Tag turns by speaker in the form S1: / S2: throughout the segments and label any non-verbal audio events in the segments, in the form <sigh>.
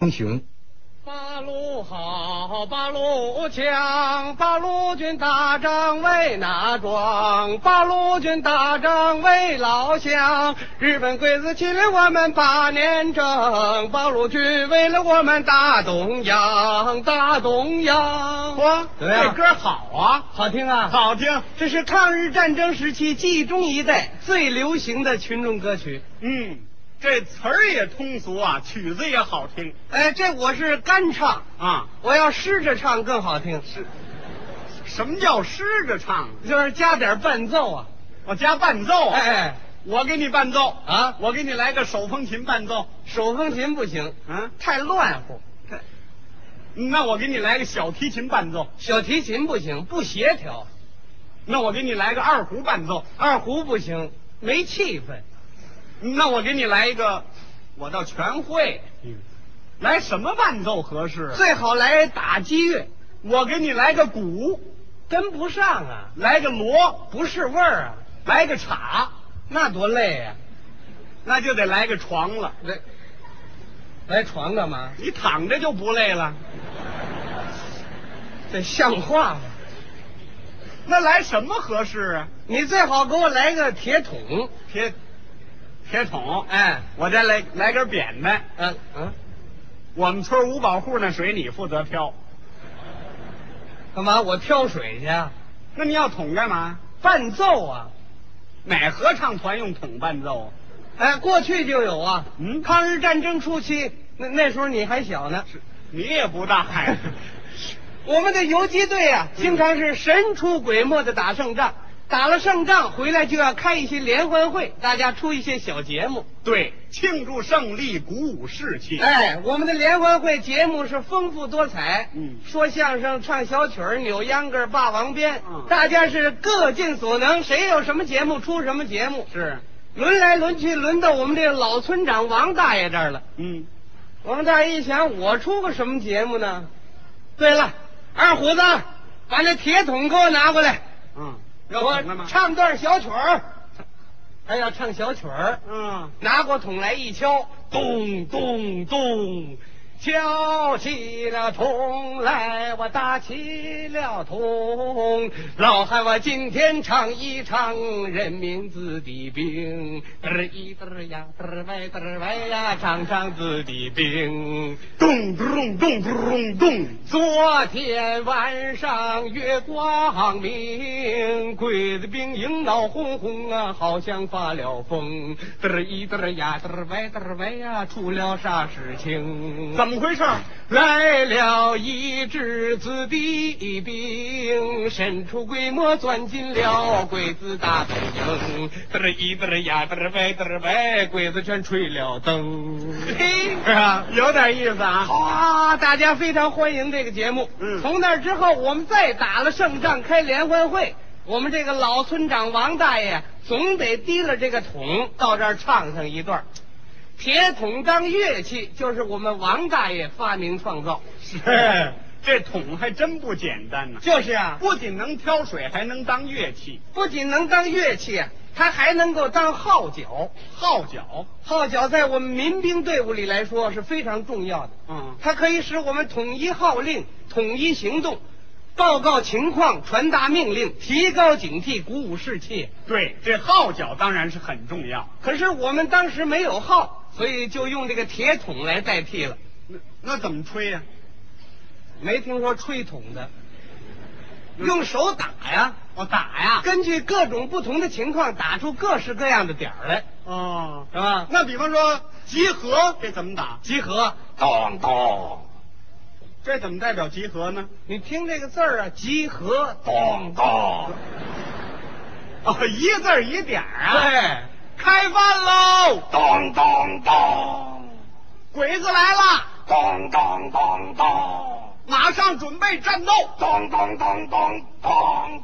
S1: 英雄。
S2: 八路好，八路强，八路军打仗为哪桩？八路军打仗为老乡。日本鬼子侵略我们八年整，八路军为了我们大东洋，大东洋。
S1: 哇，
S2: 怎么样
S1: 这歌好啊，
S2: 好听啊！
S1: 好听。
S2: 这是抗日战争时期冀中一带最流行的群众歌曲。
S1: 嗯，这词儿也通俗啊，曲子也好听
S2: 哎，这我是干唱，
S1: 啊。
S2: 我要湿着唱更好听，
S1: 什么叫诗着唱啊？
S2: 就是加点伴奏啊。
S1: 我加伴奏啊，
S2: 哎，
S1: 我给你伴奏
S2: 啊
S1: 我给你来个手风琴伴奏。
S2: 手风琴不行，
S1: 啊，
S2: 太乱乎；
S1: 那我给你来个小提琴伴奏，
S2: 小提琴不行，不协调；
S1: 那我给你来个二胡伴奏，
S2: 二胡不行，没气氛。
S1: 那我给你来一个，我倒全会。来什么伴奏合适啊？
S2: 嗯最好来打击乐，
S1: 我给你来个鼓，
S2: 跟不上啊，
S1: 来个锣，
S2: 不是味儿啊，
S1: 来个镲，
S2: 那多累啊！
S1: 那就得来个床了。
S2: 来，来床干嘛？
S1: 你躺着就不累了，
S2: 这像话吗？
S1: 那来什么合适啊？
S2: 你最好给我来个铁桶，
S1: 铁铁桶，
S2: 哎，
S1: 我再来来根扁担。
S2: 嗯、嗯，
S1: 我们村五保户那水你负责挑，
S2: 干嘛？我挑水去啊？
S1: 那你要桶干嘛？
S2: 伴奏啊？
S1: 哪合唱团用桶伴奏啊？
S2: 哎，过去就有啊。
S1: 嗯
S2: 抗日战争初期，那那时候你还小呢。
S1: 你也不大
S2: <laughs>
S1: 呀，
S2: 我们的游击队啊，
S1: 嗯
S2: 经常是神出鬼没的打胜仗，打了胜仗回来就要开一些联欢会，大家出一些小节目。
S1: 对，庆祝胜利，鼓舞士气。
S2: 哎，我们的联欢会节目是丰富多彩，
S1: 嗯
S2: 说相声、唱小曲儿、扭秧歌、霸王鞭，
S1: 嗯
S2: 大家是各尽所能，谁有什么节目出什么节目，
S1: 是，
S2: 轮来轮去，轮到我们这个老村长王大爷这儿了。
S1: 嗯，
S2: 王大爷一想，我出个什么节目呢？对了，二虎子，把那铁桶给我拿过来，
S1: 嗯，要
S2: 我
S1: 桶干嘛？
S2: 唱段小曲儿。还要唱小曲儿，
S1: 嗯，
S2: 拿过桶来一敲，咚咚咚，敲起了铜来，我打起了铜。老汉，我今天唱一唱人民子弟兵，嘚儿一嘚儿呀，嘚儿歪嘚儿歪呀，唱唱子弟兵。
S1: 咚咚咚咚咚，
S2: 昨天晚上月光明，鬼子兵营闹哄哄啊，好像发了疯，嘚儿一嘚儿呀，嘚儿歪嘚儿歪呀，出了啥事情？
S1: 怎么回事？
S2: 来了一支子弟兵，神出鬼没钻进了鬼子大本营，嘚儿一嘚儿呀，嘚儿歪嘚儿歪，鬼子全吹了灯。 <laughs> 嘿
S1: 是啊，有点意思啊。
S2: 好啊！大家非常欢迎这个节目。
S1: 嗯
S2: 从那之后，我们再打了胜仗，开联欢会，我们这个老村长王大爷总得提了这个桶到这儿唱上一段儿。铁桶当乐器，就是我们王大爷发明创造。
S1: 是， <laughs> 这桶还真不简单呢、
S2: 就是啊，
S1: 不仅能挑水，还能当乐器，
S2: 不仅能当乐器啊，它还能够当号角。
S1: 号角。
S2: 号角在我们民兵队伍里来说是非常重要的。
S1: 嗯，
S2: 它可以使我们统一号令、统一行动，报告情况、传达命令、提高警惕、鼓舞士气。
S1: 对，这号角当然是很重要。
S2: 可是我们当时没有号，所以就用这个铁桶来代替了。
S1: 那那怎么吹呀、
S2: 没听说吹桶的，用手打呀，
S1: 我嗯哦打呀！
S2: 根据各种不同的情况打出各式各样的点儿来，
S1: 哦，
S2: 是吧？
S1: 那比方说集合，这怎么打？
S2: 集合，咚咚，
S1: 这怎么代表集合呢？
S2: 你听这个字儿啊，集合，咚咚，
S1: 哦，一个字儿一点儿啊！
S2: 哎，
S1: 开饭喽！
S2: 咚咚咚，
S1: 鬼子来了，
S2: 咚咚咚咚。
S1: 马上准备战斗！
S2: 咚咚咚咚咚咚！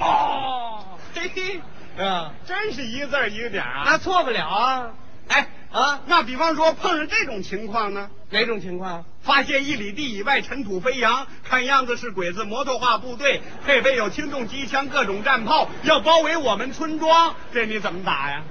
S1: 哦，嘿嘿，
S2: 啊，
S1: 真是一个字儿一个点儿
S2: 那
S1: 啊！
S2: 错不了啊！
S1: 哎，
S2: 啊，
S1: 那比方说碰上这种情况呢，
S2: 哪种情况？
S1: 发现一里地以外尘土飞扬，看样子是鬼子摩托化部队，配备有轻重机枪、各种战炮，要包围我们村庄，这你怎么打呀？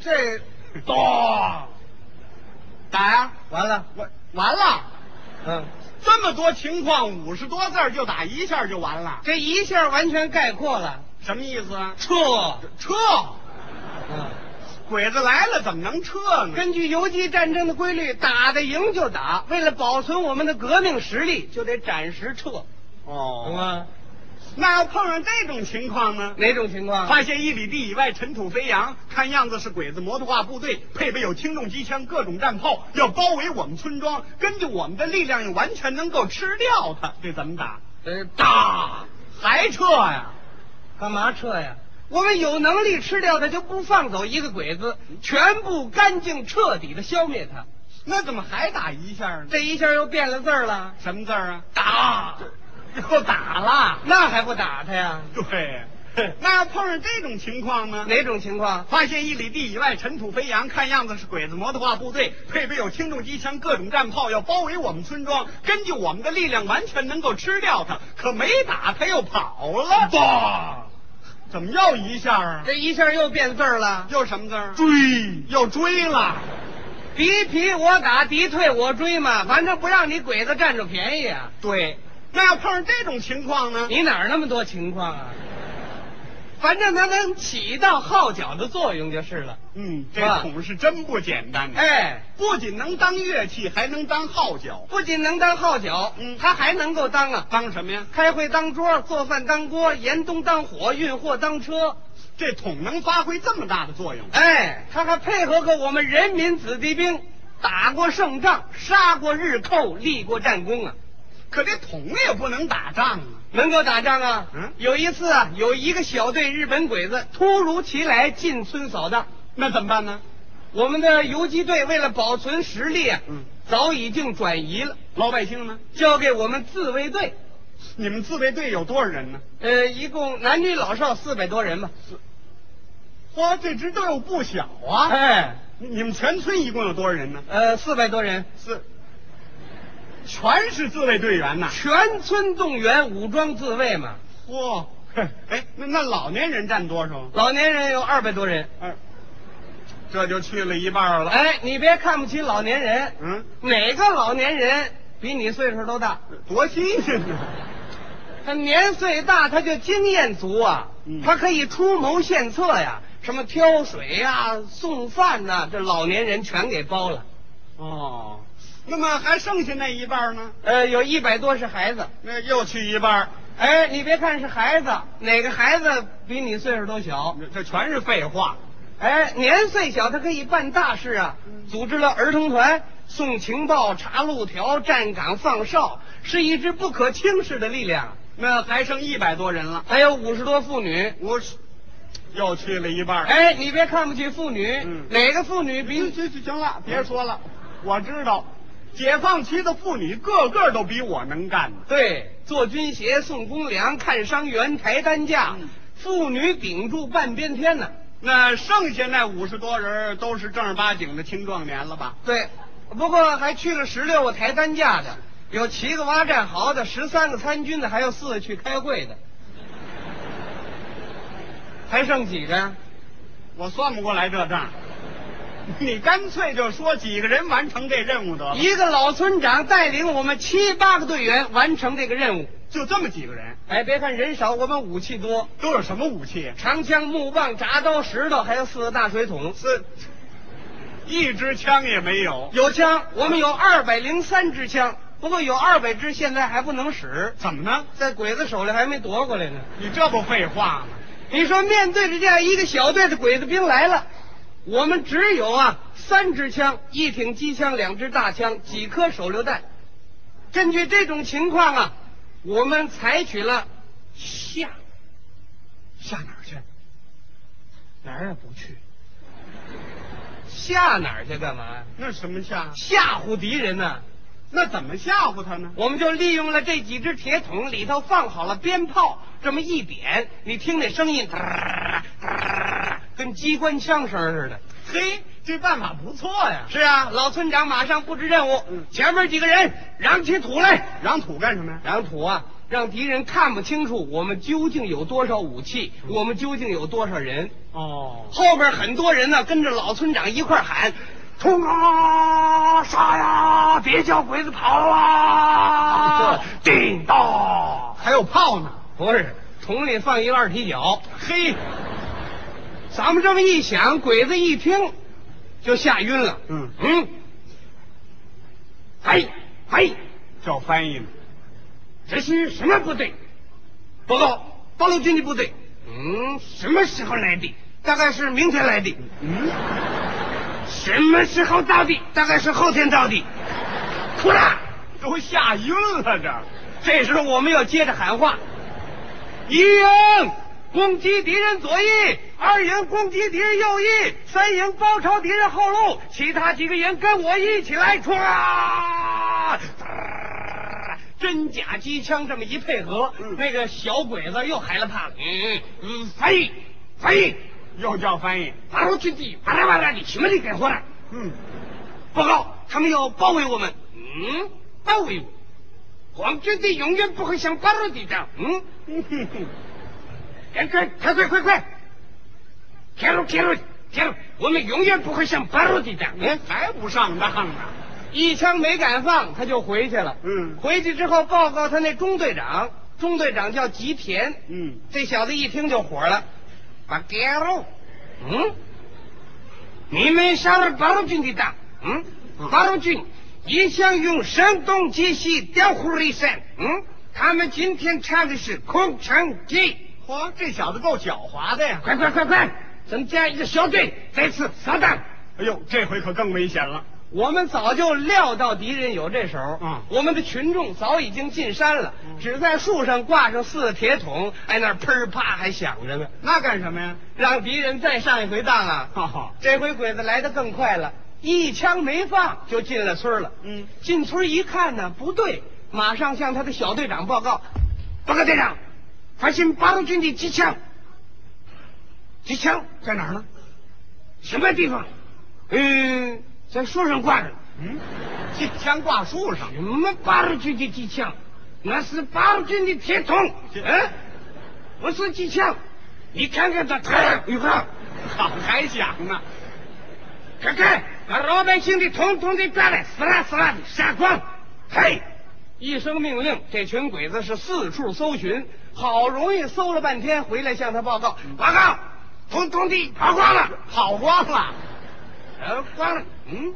S2: 这
S1: <laughs> 咚！打呀！
S2: 完了，
S1: 完完了，
S2: 嗯，
S1: 这么多情况，五十多字儿就打一下就完了，
S2: 这一下完全概括了，
S1: 什么意思啊？
S2: 撤。
S1: 撤！
S2: 嗯，
S1: 鬼子来了怎么能撤呢？
S2: 根据游击战争的规律，打得赢就打，为了保存我们的革命实力，就得暂时撤，懂
S1: 哦，
S2: 吗？
S1: 那要碰上这种情况呢？
S2: 哪种情况？
S1: 发现一里地以外尘土飞扬，看样子是鬼子摩托化部队，配备有轻重机枪、各种战炮，要包围我们村庄。根据我们的力量，也完全能够吃掉它。这怎么打？
S2: 呃，
S1: 打，还撤呀、
S2: 干嘛撤呀？我们有能力吃掉他，就不放走一个鬼子，全部干净彻底的消灭他。
S1: 那怎么还打一下呢？
S2: 这一下又变了字儿了，
S1: 什么字儿啊？
S2: 打，
S1: 又打了。
S2: 那还不打他呀？
S1: 对，那要碰上这种情况呢？
S2: 哪种情况？
S1: 发现一里地以外尘土飞扬，看样子是鬼子摩托化部队，配备有轻重机枪、各种战炮，要包围我们村庄。根据我们的力量，完全能够吃掉他。可没打，他又跑了。
S2: 吧，
S1: 怎么又一下啊？
S2: 这一下又变字儿了，
S1: 又什么字儿？
S2: 追，
S1: 又追了。
S2: 敌疲我打，敌退我追嘛，反正不让你鬼子占着便宜啊！
S1: 对，那要碰上这种情况呢？
S2: 你哪儿那么多情况啊？反正它能起到号角的作用就是了。
S1: 嗯，
S2: 是吧
S1: 这桶是真不简单的。
S2: 哎，
S1: 不仅能当乐器，还能当号角。
S2: 不仅能当号角，
S1: 嗯
S2: 它还能够当啊，
S1: 当什么呀？
S2: 开会当桌，做饭当锅，严冬当火，运货当车。
S1: 这桶能发挥这么大的作用？
S2: 哎，他还配合过我们人民子弟兵，打过胜仗，杀过日寇，立过战功啊，
S1: 可这桶也不能打仗啊。
S2: 能够打仗啊。
S1: 嗯
S2: 有一次啊，有一个小队日本鬼子突如其来进村扫荡，
S1: 那怎么办呢？
S2: 我们的游击队为了保存实力啊，
S1: 嗯
S2: 早已经转移了，
S1: 老百姓呢？
S2: 交给我们自卫队。
S1: 你们自卫队有多少人呢？
S2: 呃，一共男女老少四百多人吧。
S1: 哇，这支队伍不小啊！
S2: 哎，
S1: 你你们全村一共有多少人呢？
S2: 呃，四百多人，
S1: 是，全是自卫队员呐。
S2: 全村动员，武装自卫嘛。
S1: 嚯、哎，那那老年人占多少？
S2: 老年人有二百多人。
S1: 哎，这就去了一半了。
S2: 哎，你别看不起老年人，
S1: 嗯，
S2: 哪个老年人比你岁数都大？
S1: 多新鲜呢！
S2: 他年岁大，他就经验足啊，
S1: 嗯
S2: 他可以出谋献策呀，什么挑水呀、送饭呐、这老年人全给包了。
S1: 哦，那么还剩下那一半呢？
S2: 呃，有一百多是孩子。
S1: 那又去一半，
S2: 哎，你别看是孩子，哪个孩子比你岁数都小？
S1: 这全是废话。
S2: 哎，年岁小，他可以办大事啊！
S1: 嗯
S2: 组织了儿童团，送情报、查路条、站岗、放哨，是一支不可轻视的力量。
S1: 那还剩一百多人了，
S2: 还有五十多妇女。
S1: 我是又去了一半。
S2: 哎，你别看不起妇女，
S1: 嗯
S2: 哪个妇女比
S1: 行行行行了，
S2: 嗯
S1: 别说了，我知道，解放区的妇女个个都比我能干呢。
S2: 对做军鞋、送公粮、看伤员、抬担架，
S1: 嗯
S2: 妇女顶住半边天呢、
S1: 那剩下那五十多人都是正儿八经的青壮年了吧？
S2: 对，不过还去了十六个抬担架的，有七个挖战壕的，十三个参军的，还有四个去开会的，还剩几个呀？
S1: 我算不过来这账，你干脆就说几个人完成这任务得了，
S2: 一个老村长带领我们七八个队员完成这个任务。
S1: 就这么几个人，
S2: 哎，别看人少，我们武器多，
S1: 都有什么武器？
S2: 长枪、木棒、铡刀、石头，还有四个大水桶。
S1: 是，一支枪也没有，
S2: 有枪，我们有二百零三支枪，不过有二百支现在还不能使，
S1: 怎么呢？
S2: 在鬼子手里还没夺过来呢。
S1: 你这不废话吗？
S2: 你说，面对着这样一个小队的鬼子兵来了，我们只有啊三支枪、一挺机枪、两支大枪、几颗手榴弹。根据这种情况啊，我们采取了下
S1: 上哪儿去？
S2: 哪儿也不去，下哪儿去干嘛呀？
S1: 那什么下？
S2: 吓唬敌人呐、
S1: 那怎么吓唬他呢？
S2: 我们就利用了这几只铁桶，里头放好了鞭炮，这么一点，你听那声音，哒哒跟机关枪声似的。
S1: 嘿，这办法不错呀。
S2: 是啊，老村长马上布置任务，
S1: 嗯
S2: 前面几个人嚷起土来，
S1: 嚷土干什么呀？
S2: 嚷土啊，让敌人看不清楚我们究竟有多少武器，我们究竟有多少人。
S1: 哦，
S2: 后边很多人呢、跟着老村长一块儿喊：冲啊，杀呀，别叫鬼子跑
S1: <laughs>
S2: 啊！叮当，
S1: 还有炮呢。
S2: 不是，桶里放一烂啤酒。
S1: 嘿，
S2: 咱们这么一想，鬼子一听就吓晕了。
S1: 嗯
S2: 嗯，哎哎，
S1: 叫翻译呢。
S2: 这是什么部队？报告，八路军的部队。嗯，什么时候来的？大概是明天来的。
S1: 嗯，
S2: 什么时候到的？大概是后天到的。哭了，
S1: 都吓晕了这。
S2: 这时候我们要接着喊话：一营攻击敌人左翼，二营攻击敌人右翼，三营包抄敌人后路，其他几个营跟我一起来冲啊！真假机枪这么一配合，
S1: 嗯
S2: 那个小鬼子又害了怕了。嗯嗯，翻译，翻译，
S1: 又叫翻译。
S2: 八路军的巴拉巴拉的，什么的给活了。
S1: 嗯， <laughs>
S2: 报告，他们要包围我们。嗯，包围我，皇军队永远不会像八路军这样。嗯，赶快，快快快快，铁路铁路铁路，我们永远不会像八路军这样。嗯，
S1: 还不上当呢。
S2: 一枪没敢放，他就回去了。
S1: 嗯
S2: 回去之后报告他那中队长，中队长叫吉田。
S1: 嗯，
S2: 这小子一听就火了，巴给路，嗯，你们杀了八路军的党，嗯，八路军一向用声东击西、调虎离山，嗯，他们今天唱的是空城计，
S1: 嚯，这小子够狡猾的呀！
S2: 快快快快，增加一个小队，再次扫荡。
S1: 哎呦，这回可更危险了。
S2: 我们早就料到敌人有这手，
S1: 嗯
S2: 我们的群众早已经进山了，只在树上挂上四个铁桶，哎，那儿砰儿啪还响着呢。
S1: 那干什么呀？
S2: 让敌人再上一回当啊！
S1: 哈哈
S2: 这回鬼子来的更快了，一枪没放就进了村了。
S1: 嗯，
S2: 进村一看呢，不对，马上向他的小队长报告：“报告队长，发现八路军的机枪，机枪
S1: 在哪儿呢？
S2: 什么地方？嗯，在树上挂着呢。
S1: 嗯，机枪挂树上。
S2: 什么八路军的机枪？那是八路军的铁桶，
S1: 这
S2: 嗯，不是机枪。你看看他，
S1: 哎
S2: 看，你看。”
S1: 好，还想呢？
S2: 啊看看，把老百姓的统统的抓来，死啦死啦的杀光！嘿，一声命令，这群鬼子是四处搜寻，好容易搜了半天，回来向他报告：报告，统统的跑光了，
S1: 跑光了。
S2: 跑光了。嗯，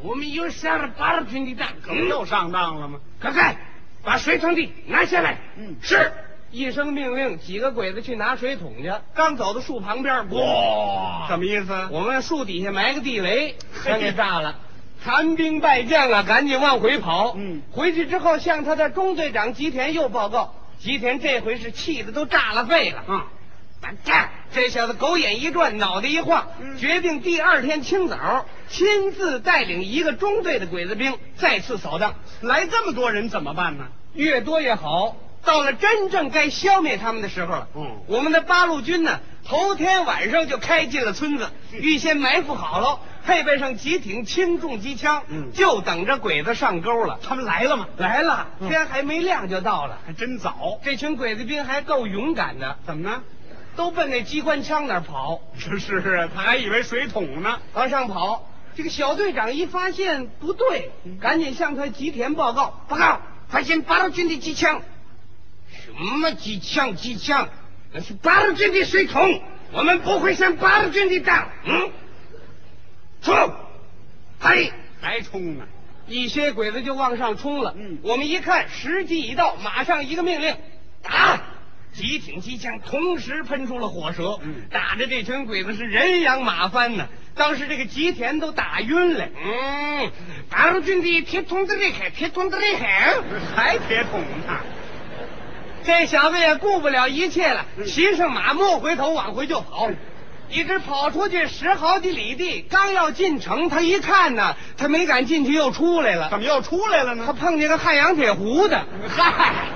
S2: 我们又杀了八路军的蛋，
S1: 又上当了吗？
S2: 快快把水桶的拿下来。
S1: 嗯
S2: 是。一声命令，几个鬼子去拿水桶去。刚走到树旁边，哇
S1: 什么意思？
S2: 我们树底下埋个地雷，全给炸了。残兵败将啊，赶紧往回跑。
S1: 嗯
S2: 回去之后向他的中队长吉田又报告，吉田这回是气的都炸了肺了。
S1: 啊，
S2: 打架！这小子狗眼一转，脑袋一晃，
S1: 嗯
S2: 决定第二天清早亲自带领一个中队的鬼子兵再次扫荡，
S1: 来这么多人怎么办呢？
S2: 越多越好。到了真正该消灭他们的时候了。
S1: 嗯
S2: 我们的八路军呢，头天晚上就开进了村子，
S1: 是
S2: 预先埋伏好了，配备上几挺轻重机枪，
S1: 嗯
S2: 就等着鬼子上钩了。
S1: 他们来了吗？
S2: 来了，
S1: 嗯哎
S2: 天还没亮就到了。
S1: 还真早。
S2: 这群鬼子兵还够勇敢的，
S1: 怎么呢？
S2: 都奔那机关枪那儿跑，
S1: 这是啊，他还以为水桶呢。
S2: 往上跑。这个小队长一发现不对，
S1: 嗯
S2: 赶紧向他吉田报告：报告，发现八路军的机枪。什么机枪？机枪？那是八路军的水桶，我们不会上八路军的当。嗯，冲！嘿，
S1: 还冲呢？
S2: 一些鬼子就往上冲了。
S1: 嗯
S2: 我们一看时机已到，马上一个命令，打！几挺机枪同时喷出了火舌，
S1: 嗯
S2: 打着这群鬼子是人仰马翻呐。当时这个吉田都打晕了。嗯，八路军的铁桶的厉害，铁桶的厉害。
S1: 还铁桶呢？
S2: 这小子也顾不了一切了，
S1: 嗯
S2: 骑上马，没回头往回就跑，一直跑出去十好几里地，刚要进城，他一看呢，他没敢进去，又出来了。
S1: 怎么又出来了
S2: 他
S1: 呢？
S2: 碰见个汉阳铁壶的，
S1: 嗨，